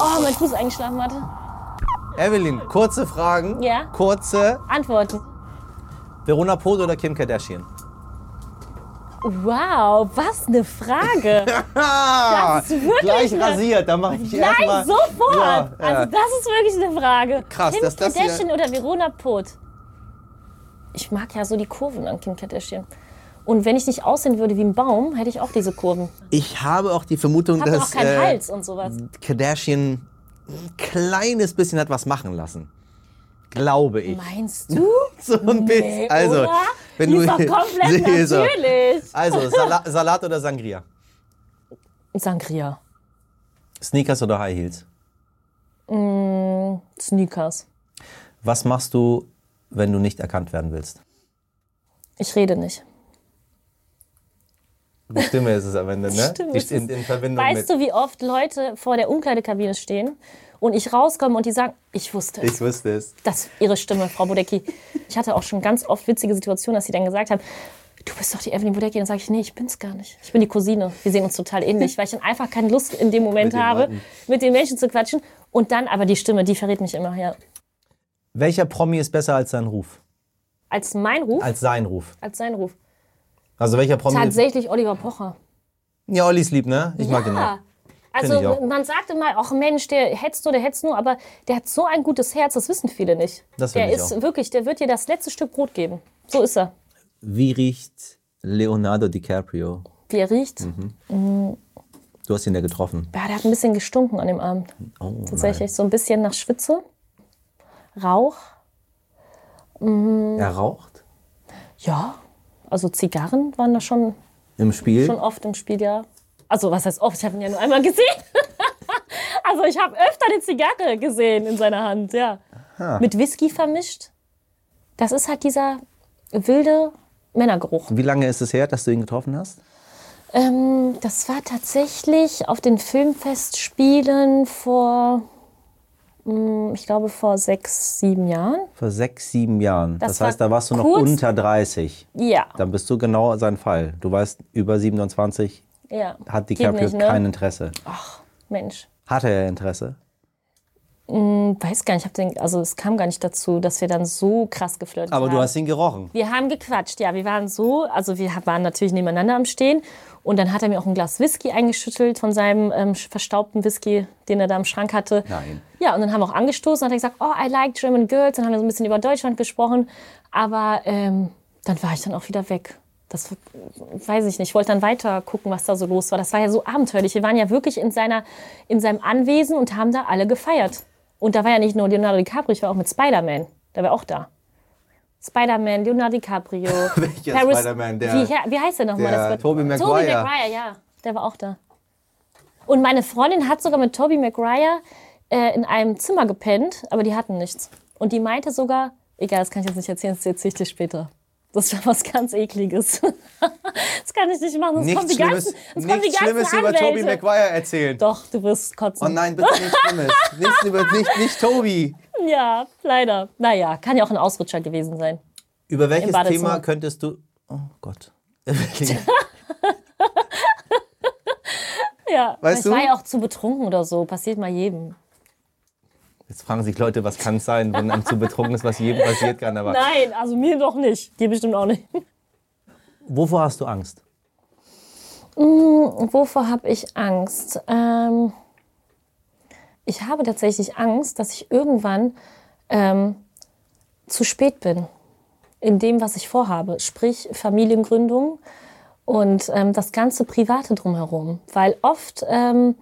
[SPEAKER 1] Oh, mein Fuß eingeschlafen hatte.
[SPEAKER 2] Evelyn, kurze Fragen.
[SPEAKER 1] Ja.
[SPEAKER 2] Kurze.
[SPEAKER 1] Antworten.
[SPEAKER 2] Verona Poth oder Kim Kardashian?
[SPEAKER 1] Wow, was eine Frage. das ist wirklich
[SPEAKER 2] Gleich
[SPEAKER 1] eine...
[SPEAKER 2] rasiert, da mache ich
[SPEAKER 1] Nein,
[SPEAKER 2] erstmal.
[SPEAKER 1] sofort!
[SPEAKER 2] Ja, ja.
[SPEAKER 1] Also das ist wirklich eine Frage.
[SPEAKER 2] Krass,
[SPEAKER 1] Kim
[SPEAKER 2] dass das hier-
[SPEAKER 1] Kardashian oder Verona Poth? Ich mag ja so die Kurven an Kim Kardashian. Und wenn ich nicht aussehen würde wie ein Baum, hätte ich auch diese Kurven.
[SPEAKER 2] Ich habe auch die Vermutung,
[SPEAKER 1] Hat
[SPEAKER 2] dass
[SPEAKER 1] auch keinen
[SPEAKER 2] äh,
[SPEAKER 1] Hals und sowas.
[SPEAKER 2] Kardashian ein kleines bisschen hat was machen lassen. Glaube ich.
[SPEAKER 1] Meinst du?
[SPEAKER 2] So ein
[SPEAKER 1] Nee,
[SPEAKER 2] bisschen. Also,
[SPEAKER 1] oder?
[SPEAKER 2] wenn
[SPEAKER 1] die
[SPEAKER 2] du
[SPEAKER 1] ist doch komplett
[SPEAKER 2] Sie ist doch-
[SPEAKER 1] natürlich.
[SPEAKER 2] Also, Sala Salat oder Sangria?
[SPEAKER 1] Sangria.
[SPEAKER 2] Sneakers oder High Heels?
[SPEAKER 1] Sneakers.
[SPEAKER 2] Was machst du, wenn du nicht erkannt werden willst?
[SPEAKER 1] Ich rede nicht.
[SPEAKER 2] Die Stimme ist es am Ende, ne?
[SPEAKER 1] Stimme
[SPEAKER 2] Die
[SPEAKER 1] ist
[SPEAKER 2] steht in, in Verbindung
[SPEAKER 1] Weißt du,
[SPEAKER 2] mit.
[SPEAKER 1] wie oft Leute vor der Umkleidekabine stehen und ich rauskomme und die sagen, ich wusste es.
[SPEAKER 2] Ich wusste es.
[SPEAKER 1] Das Ihre Stimme, Frau Bodecki. Ich hatte auch schon ganz oft witzige Situationen, dass sie dann gesagt haben, du bist doch die Evelyn Bodecki. Dann sage ich, nee, ich bin's gar nicht. Ich bin die Cousine. Wir sehen uns total ähnlich, weil ich dann einfach keine Lust in dem Moment
[SPEAKER 2] den
[SPEAKER 1] habe,
[SPEAKER 2] Leuten.
[SPEAKER 1] mit den Menschen zu quatschen. Und dann aber die Stimme, die verrät mich immer. Ja.
[SPEAKER 2] Welcher Promi ist besser als sein Ruf?
[SPEAKER 1] Als mein Ruf,
[SPEAKER 2] Als sein Ruf.
[SPEAKER 1] als sein Ruf.
[SPEAKER 2] Also welcher Promi?
[SPEAKER 1] Tatsächlich Oliver Pocher.
[SPEAKER 2] Ja, Olli ist lieb, ne? Ich mag ihn auch.
[SPEAKER 1] Ja. Also
[SPEAKER 2] ich auch.
[SPEAKER 1] man sagt immer, ach Mensch, der hetzt nur, der hetzt nur, aber der hat so ein gutes Herz, das wissen viele nicht.
[SPEAKER 2] Das
[SPEAKER 1] der
[SPEAKER 2] finde ich
[SPEAKER 1] ist
[SPEAKER 2] auch.
[SPEAKER 1] wirklich, der wird dir das letzte Stück Brot geben. So ist er.
[SPEAKER 2] Wie riecht Leonardo DiCaprio?
[SPEAKER 1] Wie er riecht.
[SPEAKER 2] Mhm. Du hast ihn ja getroffen.
[SPEAKER 1] Ja, der hat ein bisschen gestunken an dem Abend.
[SPEAKER 2] Oh,
[SPEAKER 1] Tatsächlich so ein bisschen nach Schwitze, Rauch, Mhm.
[SPEAKER 2] nein. Er raucht?
[SPEAKER 1] ja. Also Zigarren waren da schon,
[SPEAKER 2] Im Spiel?
[SPEAKER 1] schon oft im Spiel, ja. Also was heißt oft? Ich habe ihn ja nur einmal gesehen. also ich habe öfter eine Zigarre gesehen in seiner Hand, ja. Mit Whisky vermischt. Das ist halt dieser wilde Männergeruch.
[SPEAKER 2] Wie lange ist es her, dass du ihn getroffen hast?
[SPEAKER 1] Ähm, das war tatsächlich auf den Filmfestspielen vor, mm, ich glaube vor sechs, sieben Jahren.
[SPEAKER 2] Vor sechs, sieben Jahren. Das,
[SPEAKER 1] Das
[SPEAKER 2] heißt, da
[SPEAKER 1] war
[SPEAKER 2] warst du noch
[SPEAKER 1] kurz-
[SPEAKER 2] unter 30.
[SPEAKER 1] Ja.
[SPEAKER 2] Dann bist du genau sein Fall. Du weißt, über 27
[SPEAKER 1] Ja.
[SPEAKER 2] hat
[SPEAKER 1] Geht
[SPEAKER 2] DiCaprio
[SPEAKER 1] nicht, ne?
[SPEAKER 2] kein Interesse.
[SPEAKER 1] Mensch.
[SPEAKER 2] Hatte er Interesse?
[SPEAKER 1] Weiß gar nicht, ich hab den, also es kam gar nicht dazu, dass wir dann so krass geflirtet
[SPEAKER 2] Aber
[SPEAKER 1] haben.
[SPEAKER 2] du hast ihn gerochen.
[SPEAKER 1] wir haben gequatscht, ja, wir waren so, also wir waren natürlich nebeneinander am Stehen und dann hat er mir auch ein Glas Whisky eingeschüttelt von seinem ähm, sch- verstaubten Whisky, den er da im Schrank hatte.
[SPEAKER 2] Nein.
[SPEAKER 1] Ja, und dann haben wir auch angestoßen und hat er gesagt, oh, I like German Girls, dann haben wir so ein bisschen über Deutschland gesprochen, aber ähm, dann war ich dann auch wieder weg. Das w- weiß ich nicht. Ich wollte dann weiter gucken, was da so los war. Das war ja so abenteuerlich. Wir waren ja wirklich in, seiner, in seinem Anwesen und haben da alle gefeiert. Und da war ja nicht nur Leonardo DiCaprio, ich war auch mit Spider-Man. Der war auch da. Spider-Man, Leonardo DiCaprio.
[SPEAKER 2] Welcher Spider-Man? Der-
[SPEAKER 1] Wie, wie heißt der nochmal?
[SPEAKER 2] der
[SPEAKER 1] Das war-
[SPEAKER 2] Tobey
[SPEAKER 1] Tobey
[SPEAKER 2] Maguire.
[SPEAKER 1] Maguire, ja. Der war auch da. Und meine Freundin hat sogar mit Tobey Maguire äh, in einem Zimmer gepennt, aber die hatten nichts. Und die meinte sogar, egal, das kann ich jetzt nicht erzählen, das erzähle ich dir später. Das war was ganz Ekliges. das kann ich nicht machen, sonst kommen die ganzen, sonst kommen die
[SPEAKER 2] nichts
[SPEAKER 1] ganzen
[SPEAKER 2] Schlimmes über
[SPEAKER 1] Anwälte.
[SPEAKER 2] Toby Maguire erzählen.
[SPEAKER 1] Doch, du wirst kotzen.
[SPEAKER 2] Oh nein, bitte nichts Schlimmes. nichts über, nicht, nicht Toby.
[SPEAKER 1] Ja, leider. Naja, kann ja auch ein Ausrutscher gewesen sein.
[SPEAKER 2] Über welches
[SPEAKER 1] Badezimmer.
[SPEAKER 2] Thema könntest du... Oh Gott.
[SPEAKER 1] Ja,
[SPEAKER 2] Weißt
[SPEAKER 1] ich
[SPEAKER 2] du?
[SPEAKER 1] war ja auch zu betrunken oder so. Passiert mal jedem.
[SPEAKER 2] Jetzt fragen sich Leute, was kann es sein, wenn einem zu betrunken ist, was jedem passiert kann. Aber
[SPEAKER 1] Nein, also mir doch nicht. Dir bestimmt auch nicht.
[SPEAKER 2] wovor hast du Angst?
[SPEAKER 1] Wovor habe ich Angst? Ähm, ich habe tatsächlich Angst, dass ich irgendwann ähm, zu spät bin in dem, was ich vorhabe, sprich Familiengründung und ähm, das ganze Private drumherum. Weil oft ähm,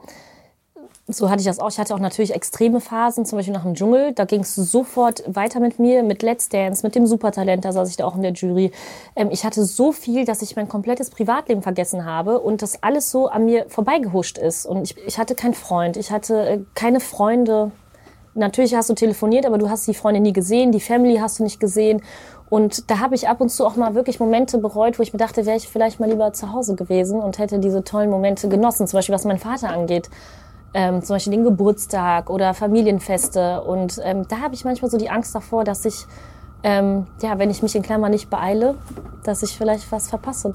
[SPEAKER 1] So hatte ich das auch. Ich hatte auch natürlich extreme Phasen, zum Beispiel nach dem Dschungel. Da ging es sofort weiter mit mir, mit Let's Dance, mit dem Supertalent, da saß ich da auch in der Jury. Ähm, ich hatte so viel, dass ich mein komplettes Privatleben vergessen habe und das alles so an mir vorbeigehuscht ist. Und ich, ich hatte keinen Freund, ich hatte äh, keine Freunde. Natürlich hast du telefoniert, aber du hast die Freunde nie gesehen, die Family hast du nicht gesehen. Und da habe ich ab und zu auch mal wirklich Momente bereut, wo ich mir dachte, wäre ich vielleicht mal lieber zu Hause gewesen und hätte diese tollen Momente genossen, zum Beispiel was meinen Vater angeht ähm, zum Beispiel den Geburtstag oder Familienfeste. Und ähm, da habe ich manchmal so die Angst davor, dass ich, ähm, ja, wenn ich mich in Klammern nicht beeile, dass ich vielleicht was verpasse.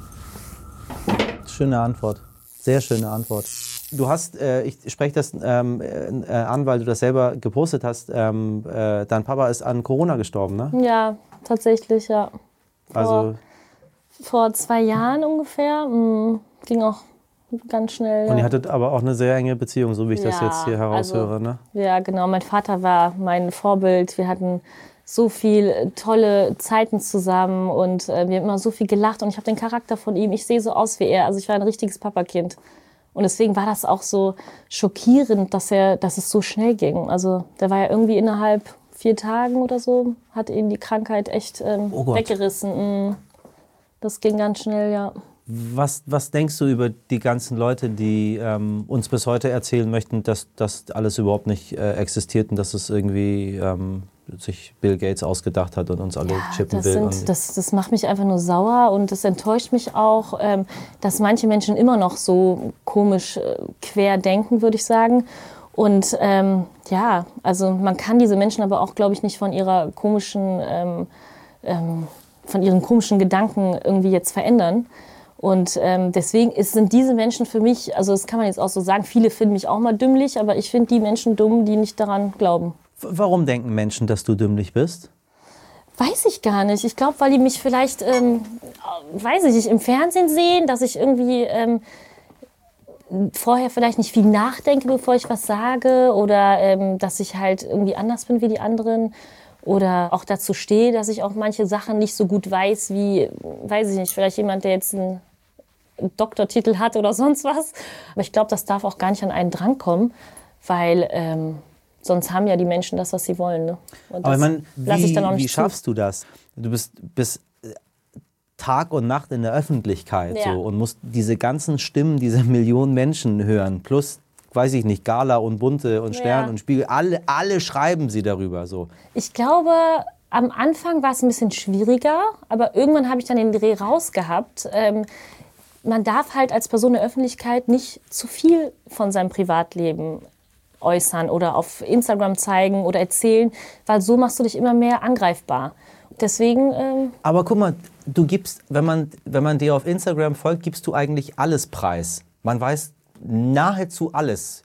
[SPEAKER 5] Schöne Antwort. Sehr schöne Antwort.
[SPEAKER 2] Du hast, äh, ich spreche das ähm, äh, an, weil du das selber gepostet hast, ähm, äh, dein Papa ist an Corona gestorben, ne?
[SPEAKER 1] Ja, tatsächlich, ja.
[SPEAKER 2] Also
[SPEAKER 1] Vor zwei Jahren ungefähr. mm, ging auch ganz schnell.
[SPEAKER 2] Und
[SPEAKER 1] ja.
[SPEAKER 2] ihr hattet aber auch eine sehr enge Beziehung, so wie ich das
[SPEAKER 1] Ja,
[SPEAKER 2] jetzt hier heraushöre.
[SPEAKER 1] also-
[SPEAKER 2] ne?
[SPEAKER 1] Ja, genau. Mein Vater war mein Vorbild. Wir hatten so viel äh, tolle Zeiten zusammen und äh, wir haben immer so viel gelacht und ich habe den Charakter von ihm. Ich sehe so aus wie er. Also ich war ein richtiges Papakind. Und deswegen war das auch so schockierend, dass er, dass es so schnell ging. Also der war ja irgendwie innerhalb vier Tagen oder so, hat ihn die Krankheit echt ähm,
[SPEAKER 2] Oh Gott.
[SPEAKER 1] weggerissen. Mm. Das ging ganz schnell, ja.
[SPEAKER 2] Was, was denkst du über die ganzen Leute, die ähm, uns bis heute erzählen möchten, dass das alles überhaupt nicht äh, existiert und dass es irgendwie ähm, sich Bill Gates ausgedacht hat und uns alle chippen
[SPEAKER 1] das,
[SPEAKER 2] will?
[SPEAKER 1] sind,
[SPEAKER 2] und
[SPEAKER 1] das, das macht mich einfach nur sauer und das enttäuscht mich auch, ähm, dass manche Menschen immer noch so komisch äh, quer denken, würde ich sagen. Und ähm, ja, also man kann diese Menschen aber auch, glaube ich, nicht von ihrer komischen, ähm, ähm, von ihren komischen Gedanken irgendwie jetzt verändern. Und ähm, deswegen ist, sind diese Menschen für mich, also das kann man jetzt auch so sagen, viele finden mich auch mal dümmlich, aber ich finde die Menschen dumm, die nicht daran glauben.
[SPEAKER 2] W- Warum denken Menschen, dass du dümmlich bist?
[SPEAKER 1] Weiß ich gar nicht. Ich glaube, weil die mich vielleicht, ähm, weiß ich nicht, im Fernsehen sehen, dass ich irgendwie ähm, vorher vielleicht nicht viel nachdenke, bevor ich was sage oder ähm, dass ich halt irgendwie anders bin wie die anderen oder auch dazu stehe, dass ich auch manche Sachen nicht so gut weiß wie, weiß ich nicht, vielleicht jemand, der jetzt einen Doktortitel hat oder sonst was. Aber ich glaube, das darf auch gar nicht an einen drankommen, weil ähm, sonst haben ja die Menschen das, was sie wollen. Ne? Und
[SPEAKER 2] Aber
[SPEAKER 1] das
[SPEAKER 2] ich meine,
[SPEAKER 1] lass
[SPEAKER 2] wie, wie
[SPEAKER 1] zu.
[SPEAKER 2] schaffst du das? Du bist, bist äh, Tag und Nacht in der Öffentlichkeit
[SPEAKER 1] Ja.
[SPEAKER 2] so, und musst diese ganzen Stimmen dieser Millionen Menschen hören. Plus, weiß ich nicht, Gala und Bunte und Stern
[SPEAKER 1] Ja.
[SPEAKER 2] und Spiegel. Alle, alle schreiben sie darüber so.
[SPEAKER 1] Ich glaube, am Anfang war es ein bisschen schwieriger, aber irgendwann habe ich dann den Dreh rausgehabt. Ähm, man darf halt als Person der Öffentlichkeit nicht zu viel von seinem Privatleben äußern oder auf Instagram zeigen oder erzählen, weil so machst du dich immer mehr angreifbar. Deswegen, ähm,
[SPEAKER 2] Aber guck mal, du gibst, wenn man, wenn man dir auf Instagram folgt, gibst du eigentlich alles preis. Man weiß nahezu alles,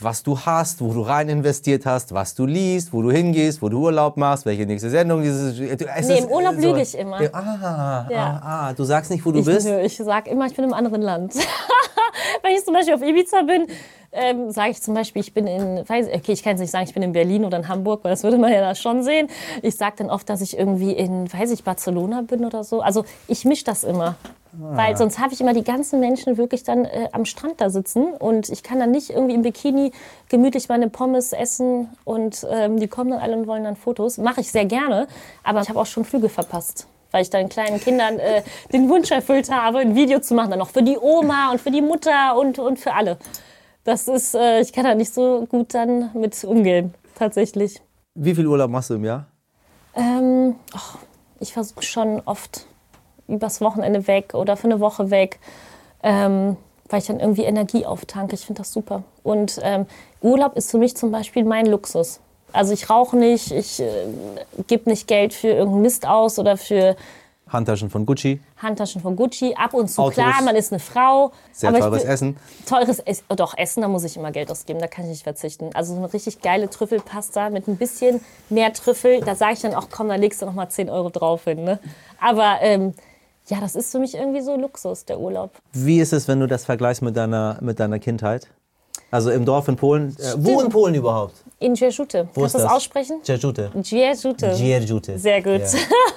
[SPEAKER 2] was du hast, wo du rein investiert hast, was du liest, wo du hingehst, wo du Urlaub machst, welche nächste Sendung. Dieses, es
[SPEAKER 1] nee,
[SPEAKER 2] ist-
[SPEAKER 1] im Urlaub
[SPEAKER 2] so-
[SPEAKER 1] lüge ich immer.
[SPEAKER 2] Ja, ah,
[SPEAKER 1] Ja.
[SPEAKER 2] ah, ah, du sagst nicht, wo du
[SPEAKER 1] Ich,
[SPEAKER 2] bist.
[SPEAKER 1] nö, ich sage immer, ich bin im anderen Land. Wenn ich zum Beispiel auf Ibiza bin, ähm, sage ich zum Beispiel, ich bin in, weiß, okay, ich kann jetzt nicht sagen, ich bin in Berlin oder in Hamburg, weil das würde man ja da schon sehen. Ich sage dann oft, dass ich irgendwie in, weiß ich, Barcelona bin oder so. Also ich mische das immer. Weil sonst habe ich immer die ganzen Menschen wirklich dann äh, am Strand da sitzen und ich kann dann nicht irgendwie im Bikini gemütlich meine Pommes essen und ähm, die kommen dann alle und wollen dann Fotos. Mache ich sehr gerne, aber ich habe auch schon Flüge verpasst, weil ich dann kleinen Kindern äh, den Wunsch erfüllt habe, ein Video zu machen, dann noch für die Oma und für die Mutter und, und für alle. Das ist, äh, ich kann da nicht so gut dann mit umgehen, tatsächlich.
[SPEAKER 2] Wie viel Urlaub machst du im Jahr?
[SPEAKER 1] Ähm, ach, ich versuche schon oft übers Wochenende weg oder für eine Woche weg, ähm, weil ich dann irgendwie Energie auftanke. Ich finde das super. Und ähm, Urlaub ist für mich zum Beispiel mein Luxus. Also ich rauche nicht, ich äh, gebe nicht Geld für irgendeinen Mist aus oder für
[SPEAKER 2] Handtaschen von Gucci,
[SPEAKER 1] Handtaschen von Gucci. Ab und zu,
[SPEAKER 2] Autos.
[SPEAKER 1] klar, man ist eine Frau.
[SPEAKER 2] sehr
[SPEAKER 1] aber ich
[SPEAKER 2] teures
[SPEAKER 1] bin-
[SPEAKER 2] Essen.
[SPEAKER 1] Teures Essen, doch Essen, da muss ich immer Geld ausgeben, da kann ich nicht verzichten. Also so eine richtig geile Trüffelpasta mit ein bisschen mehr Trüffel, da sage ich dann auch, komm, da legst du noch mal 10 Euro drauf hin. Ne? Aber ähm, ja, das ist für mich irgendwie so Luxus, der Urlaub.
[SPEAKER 2] Wie ist es, wenn du das vergleichst mit deiner, mit deiner Kindheit? Also im Dorf in Polen. Äh, wo in Polen überhaupt?
[SPEAKER 1] In Jeju-te. Kannst du das aussprechen?
[SPEAKER 5] Jejute.
[SPEAKER 1] Jeju-te.
[SPEAKER 5] Jejute.
[SPEAKER 1] Sehr gut.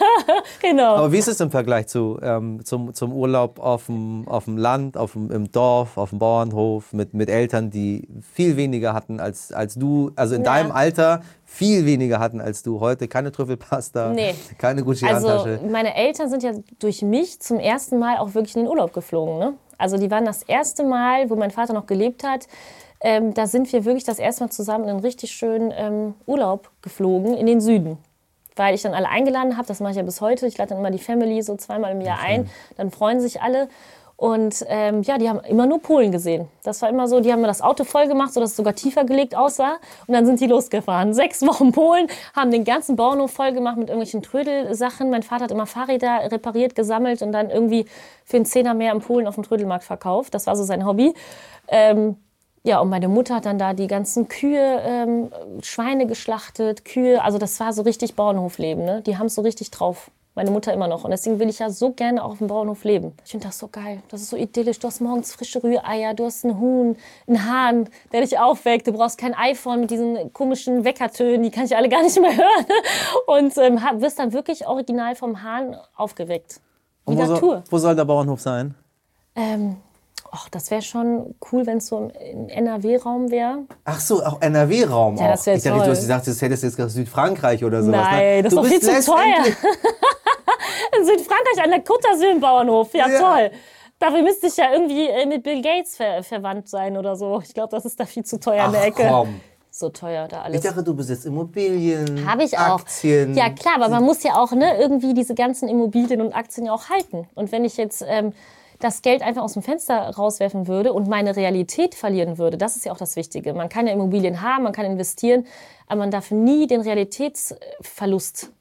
[SPEAKER 1] genau.
[SPEAKER 4] Aber wie ist es im Vergleich zu, ähm, zum, zum Urlaub auf dem, auf dem Land, auf dem, im Dorf, auf dem Bauernhof, mit, mit Eltern, die viel weniger hatten als, als du, also in
[SPEAKER 1] Ja.
[SPEAKER 4] deinem Alter viel weniger hatten als du heute? Keine Trüffelpasta,
[SPEAKER 1] Nee.
[SPEAKER 4] keine gucci
[SPEAKER 1] Also
[SPEAKER 4] Handtasche.
[SPEAKER 1] meine Eltern sind ja durch mich zum ersten Mal auch wirklich in den Urlaub geflogen. Ne? Also die waren das erste Mal, wo mein Vater noch gelebt hat. Ähm, da sind wir wirklich das erste Mal zusammen in einen richtig schönen ähm, Urlaub geflogen in den Süden. Weil ich dann alle eingeladen habe, das mache ich ja bis heute. Ich lade dann immer die Family so zweimal im Jahr ein. Dann freuen sich alle. Und ähm, ja, die haben immer nur Polen gesehen. Das war immer so, die haben mir das Auto voll gemacht, sodass es sogar tiefer gelegt aussah. Und dann sind die losgefahren. Sechs Wochen Polen, haben den ganzen Bauernhof voll gemacht mit irgendwelchen Trödelsachen. Mein Vater hat immer Fahrräder repariert, gesammelt und dann irgendwie für einen Zehner mehr in Polen auf dem Trödelmarkt verkauft. Das war so sein Hobby. Ähm, ja, und meine Mutter hat dann da die ganzen Kühe, ähm, Schweine geschlachtet, Kühe. Also das war so richtig Bauernhofleben. Ne? Die haben es so richtig drauf. Meine Mutter immer noch. Und deswegen will ich ja so gerne auf dem Bauernhof leben. Ich finde das so geil. Das ist so idyllisch. Du hast morgens frische Rühreier, du hast einen Huhn, einen Hahn, der dich aufweckt. Du brauchst kein iPhone mit diesen komischen Weckertönen. Die kann ich alle gar nicht mehr hören. Und ähm, hab- wirst dann wirklich original vom Hahn aufgeweckt. Die
[SPEAKER 2] wo,
[SPEAKER 1] Natur.
[SPEAKER 2] soll, wo soll der Bauernhof sein?
[SPEAKER 1] Ähm, och, das wäre schon cool, wenn es so im, im NRW-Raum wäre.
[SPEAKER 2] Ach so, auch NRW-Raum.
[SPEAKER 1] Ja, das wär
[SPEAKER 2] ich dachte, du
[SPEAKER 1] toll.
[SPEAKER 2] hast gesagt, das hättest jetzt gerade Südfrankreich oder
[SPEAKER 4] ne?
[SPEAKER 2] sowas.
[SPEAKER 1] Nein, das
[SPEAKER 2] du
[SPEAKER 1] ist doch viel
[SPEAKER 2] bist
[SPEAKER 1] zu teuer.
[SPEAKER 2] letztendlich-
[SPEAKER 1] In Südfrankreich an der Côte d'Azur im Bauernhof. Ja,
[SPEAKER 2] Ja.
[SPEAKER 1] toll. Dafür müsste ich ja irgendwie äh, mit Bill Gates ver verwandt sein oder so. Ich glaube, das ist da viel zu teuer in der
[SPEAKER 2] Ach
[SPEAKER 1] Ecke.
[SPEAKER 2] komm.
[SPEAKER 1] So teuer da
[SPEAKER 2] Ich
[SPEAKER 1] alles.
[SPEAKER 2] dachte, du besitzt Immobilien.
[SPEAKER 1] Habe ich auch.
[SPEAKER 2] Aktien.
[SPEAKER 1] Ja, klar, aber man muss ja auch ne, irgendwie diese ganzen Immobilien und Aktien ja auch halten. Und wenn ich jetzt ähm, das Geld einfach aus dem Fenster rauswerfen würde und meine Realität verlieren würde, das ist ja auch das Wichtige. Man kann ja Immobilien haben, man kann investieren, aber man darf nie den Realitätsverlust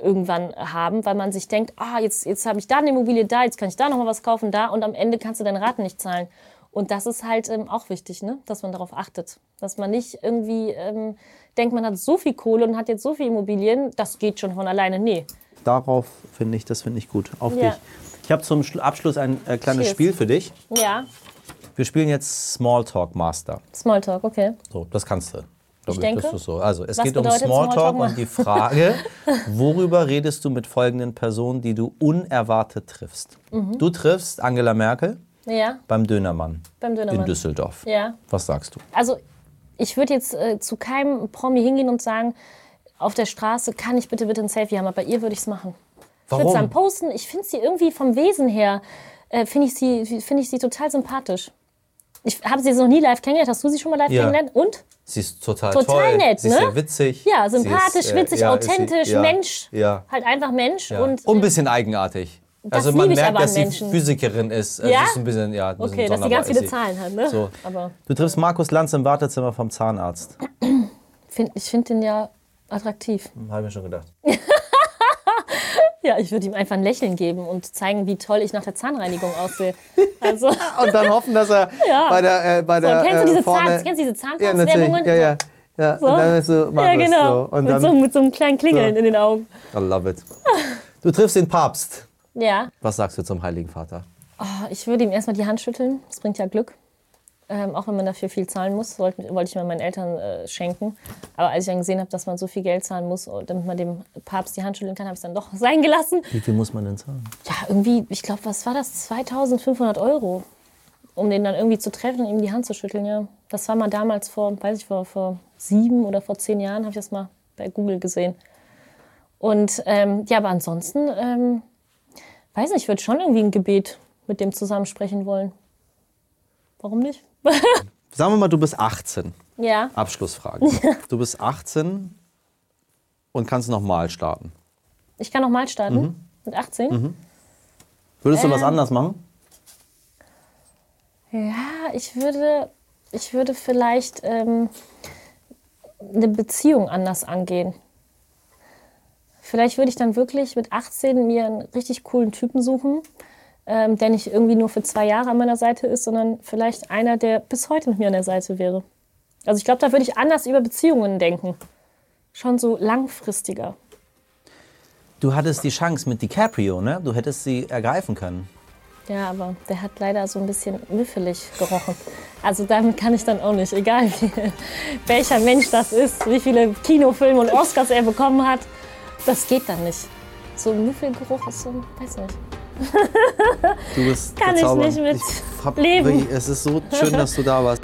[SPEAKER 1] irgendwann haben, weil man sich denkt, ah, jetzt, jetzt habe ich da eine Immobilie, da, jetzt kann ich da nochmal was kaufen, da und am Ende kannst du deine Raten nicht zahlen. Und das ist halt ähm, auch wichtig, ne? dass man darauf achtet, dass man nicht irgendwie ähm, denkt, man hat so viel Kohle und hat jetzt so viel Immobilien, das geht schon von alleine. Nee.
[SPEAKER 5] Darauf finde ich, das finde ich gut. Auf
[SPEAKER 1] Ja.
[SPEAKER 5] dich. Ich habe zum Schlu- Abschluss ein äh, kleines
[SPEAKER 1] Cheers.
[SPEAKER 5] Spiel für dich.
[SPEAKER 1] Ja,
[SPEAKER 2] Wir spielen jetzt Smalltalk Master.
[SPEAKER 1] Smalltalk, okay.
[SPEAKER 2] So, das kannst du. Glaub
[SPEAKER 1] Ich denke.
[SPEAKER 2] Das ist so. Also, es
[SPEAKER 1] Was
[SPEAKER 2] geht um
[SPEAKER 1] bedeutet
[SPEAKER 2] Smalltalk,
[SPEAKER 1] Smalltalk mal?
[SPEAKER 2] und die Frage, worüber redest du mit folgenden Personen, die du unerwartet triffst?
[SPEAKER 1] Mhm.
[SPEAKER 2] Du triffst Angela Merkel
[SPEAKER 1] Ja,
[SPEAKER 2] beim Dönermann
[SPEAKER 1] beim
[SPEAKER 2] in
[SPEAKER 1] Dönermann.
[SPEAKER 2] Düsseldorf.
[SPEAKER 1] Ja.
[SPEAKER 2] Was sagst du?
[SPEAKER 1] Also ich würde jetzt äh, zu keinem Promi hingehen und sagen, auf der Straße kann ich bitte bitte ein Selfie haben, aber bei ihr würde ich es machen. Ich würde es dann
[SPEAKER 2] Warum?
[SPEAKER 1] posten. Ich finde sie irgendwie vom Wesen her, äh, finde ich, sie- finde ich sie total sympathisch. Ich habe sie jetzt noch nie live kennengelernt. Hast du sie schon mal live
[SPEAKER 2] Ja.
[SPEAKER 1] kennengelernt? Und?
[SPEAKER 2] Sie ist total,
[SPEAKER 1] Total
[SPEAKER 2] toll.
[SPEAKER 1] nett,
[SPEAKER 2] sie ist
[SPEAKER 1] ne?
[SPEAKER 2] sehr witzig.
[SPEAKER 1] Ja,
[SPEAKER 2] Sie ist,
[SPEAKER 1] sympathisch,
[SPEAKER 2] äh,
[SPEAKER 1] witzig,
[SPEAKER 2] ja, ist sie-
[SPEAKER 1] authentisch,
[SPEAKER 2] ja,
[SPEAKER 1] Mensch.
[SPEAKER 2] Ja.
[SPEAKER 1] Halt einfach Mensch.
[SPEAKER 2] ja. Um
[SPEAKER 1] Und,
[SPEAKER 2] Und ein bisschen eigenartig. also man
[SPEAKER 1] liebe ich
[SPEAKER 2] merkt,
[SPEAKER 1] aber an
[SPEAKER 2] dass sie
[SPEAKER 1] Menschen.
[SPEAKER 2] Physikerin ist. Also
[SPEAKER 1] Ja?
[SPEAKER 2] sie ist ein bisschen, ja, ein bisschen
[SPEAKER 1] okay, dass sie
[SPEAKER 2] sonderbar
[SPEAKER 1] ganz
[SPEAKER 2] ist
[SPEAKER 1] viele
[SPEAKER 2] sie.
[SPEAKER 1] Zahlen hat, ne?
[SPEAKER 2] So.
[SPEAKER 1] Aber
[SPEAKER 2] Du triffst Markus Lanz im Wartezimmer vom Zahnarzt.
[SPEAKER 1] find, ich finde den ja attraktiv.
[SPEAKER 2] Habe ich mir schon gedacht.
[SPEAKER 1] Ja, ich würde ihm einfach ein Lächeln geben und zeigen, wie toll ich nach der Zahnreinigung aussehe. Also,
[SPEAKER 4] Und dann hoffen, dass er
[SPEAKER 1] Ja.
[SPEAKER 4] bei der, äh, bei
[SPEAKER 1] so,
[SPEAKER 4] der
[SPEAKER 1] kennst, du
[SPEAKER 4] äh,
[SPEAKER 1] diese
[SPEAKER 4] vorne...
[SPEAKER 1] Zahn, kennst du diese
[SPEAKER 4] ja,
[SPEAKER 1] Zahnarztwerbungen?
[SPEAKER 4] natürlich. Ja, ja. ja.
[SPEAKER 1] So.
[SPEAKER 4] Und dann ist so,
[SPEAKER 1] Ja,
[SPEAKER 4] Markus,
[SPEAKER 1] genau.
[SPEAKER 4] so. Und
[SPEAKER 1] mit,
[SPEAKER 4] dann,
[SPEAKER 1] so, mit so einem kleinen Klingeln in den Augen.
[SPEAKER 2] I love it. Du triffst den Papst.
[SPEAKER 1] Ja.
[SPEAKER 2] Was sagst du zum Heiligen Vater?
[SPEAKER 1] Ich würde ihm erstmal die Hand schütteln. Das bringt ja Glück. Ähm, auch wenn man dafür viel zahlen muss, wollte, wollte ich mal meinen Eltern äh, schenken. Aber als ich dann gesehen habe, dass man so viel Geld zahlen muss, damit man dem Papst die Hand schütteln kann, habe ich es dann doch sein gelassen.
[SPEAKER 2] Wie viel muss man denn zahlen?
[SPEAKER 1] Ja, irgendwie, ich glaube, was war das? 2500 Euro, um den dann irgendwie zu treffen und ihm die Hand zu schütteln, ja. Das war mal damals vor, weiß ich, vor, vor sieben oder vor zehn Jahren, habe ich das mal bei Google gesehen. Und ähm, ja, aber ansonsten, ähm, weiß nicht, ich würde schon irgendwie ein Gebet mit dem zusammensprechen wollen. Warum nicht?
[SPEAKER 2] Sagen wir mal, du bist 18.
[SPEAKER 1] Ja.
[SPEAKER 2] Abschlussfrage. du bist 18 und kannst nochmal starten.
[SPEAKER 1] Ich kann nochmal starten. Mit 18?
[SPEAKER 5] Würdest du was
[SPEAKER 1] Ähm.
[SPEAKER 5] anders machen?
[SPEAKER 1] Ja, ich würde, ich würde vielleicht ähm, eine Beziehung anders angehen. Vielleicht würde ich dann wirklich mit 18 mir einen richtig coolen Typen suchen, ähm, der nicht irgendwie nur für zwei Jahre an meiner Seite ist, sondern vielleicht einer, der bis heute mit mir an der Seite wäre. Also ich glaube, da würde ich anders über Beziehungen denken. Schon so langfristiger.
[SPEAKER 2] Du hattest die Chance mit DiCaprio, ne? Du hättest sie ergreifen können.
[SPEAKER 1] Ja, aber der hat leider so ein bisschen müffelig gerochen. Also damit kann ich dann auch nicht, egal wie, welcher Mensch das ist, wie viele Kinofilme und Oscars er bekommen hat, das geht dann nicht. So ein Müffelgeruch ist so, ein- weiß nicht.
[SPEAKER 5] Du bist
[SPEAKER 1] Kann ich
[SPEAKER 5] bezaubernd.
[SPEAKER 1] nicht mit
[SPEAKER 5] hab
[SPEAKER 1] leben.
[SPEAKER 5] wirklich- Es ist so schön, dass du da warst.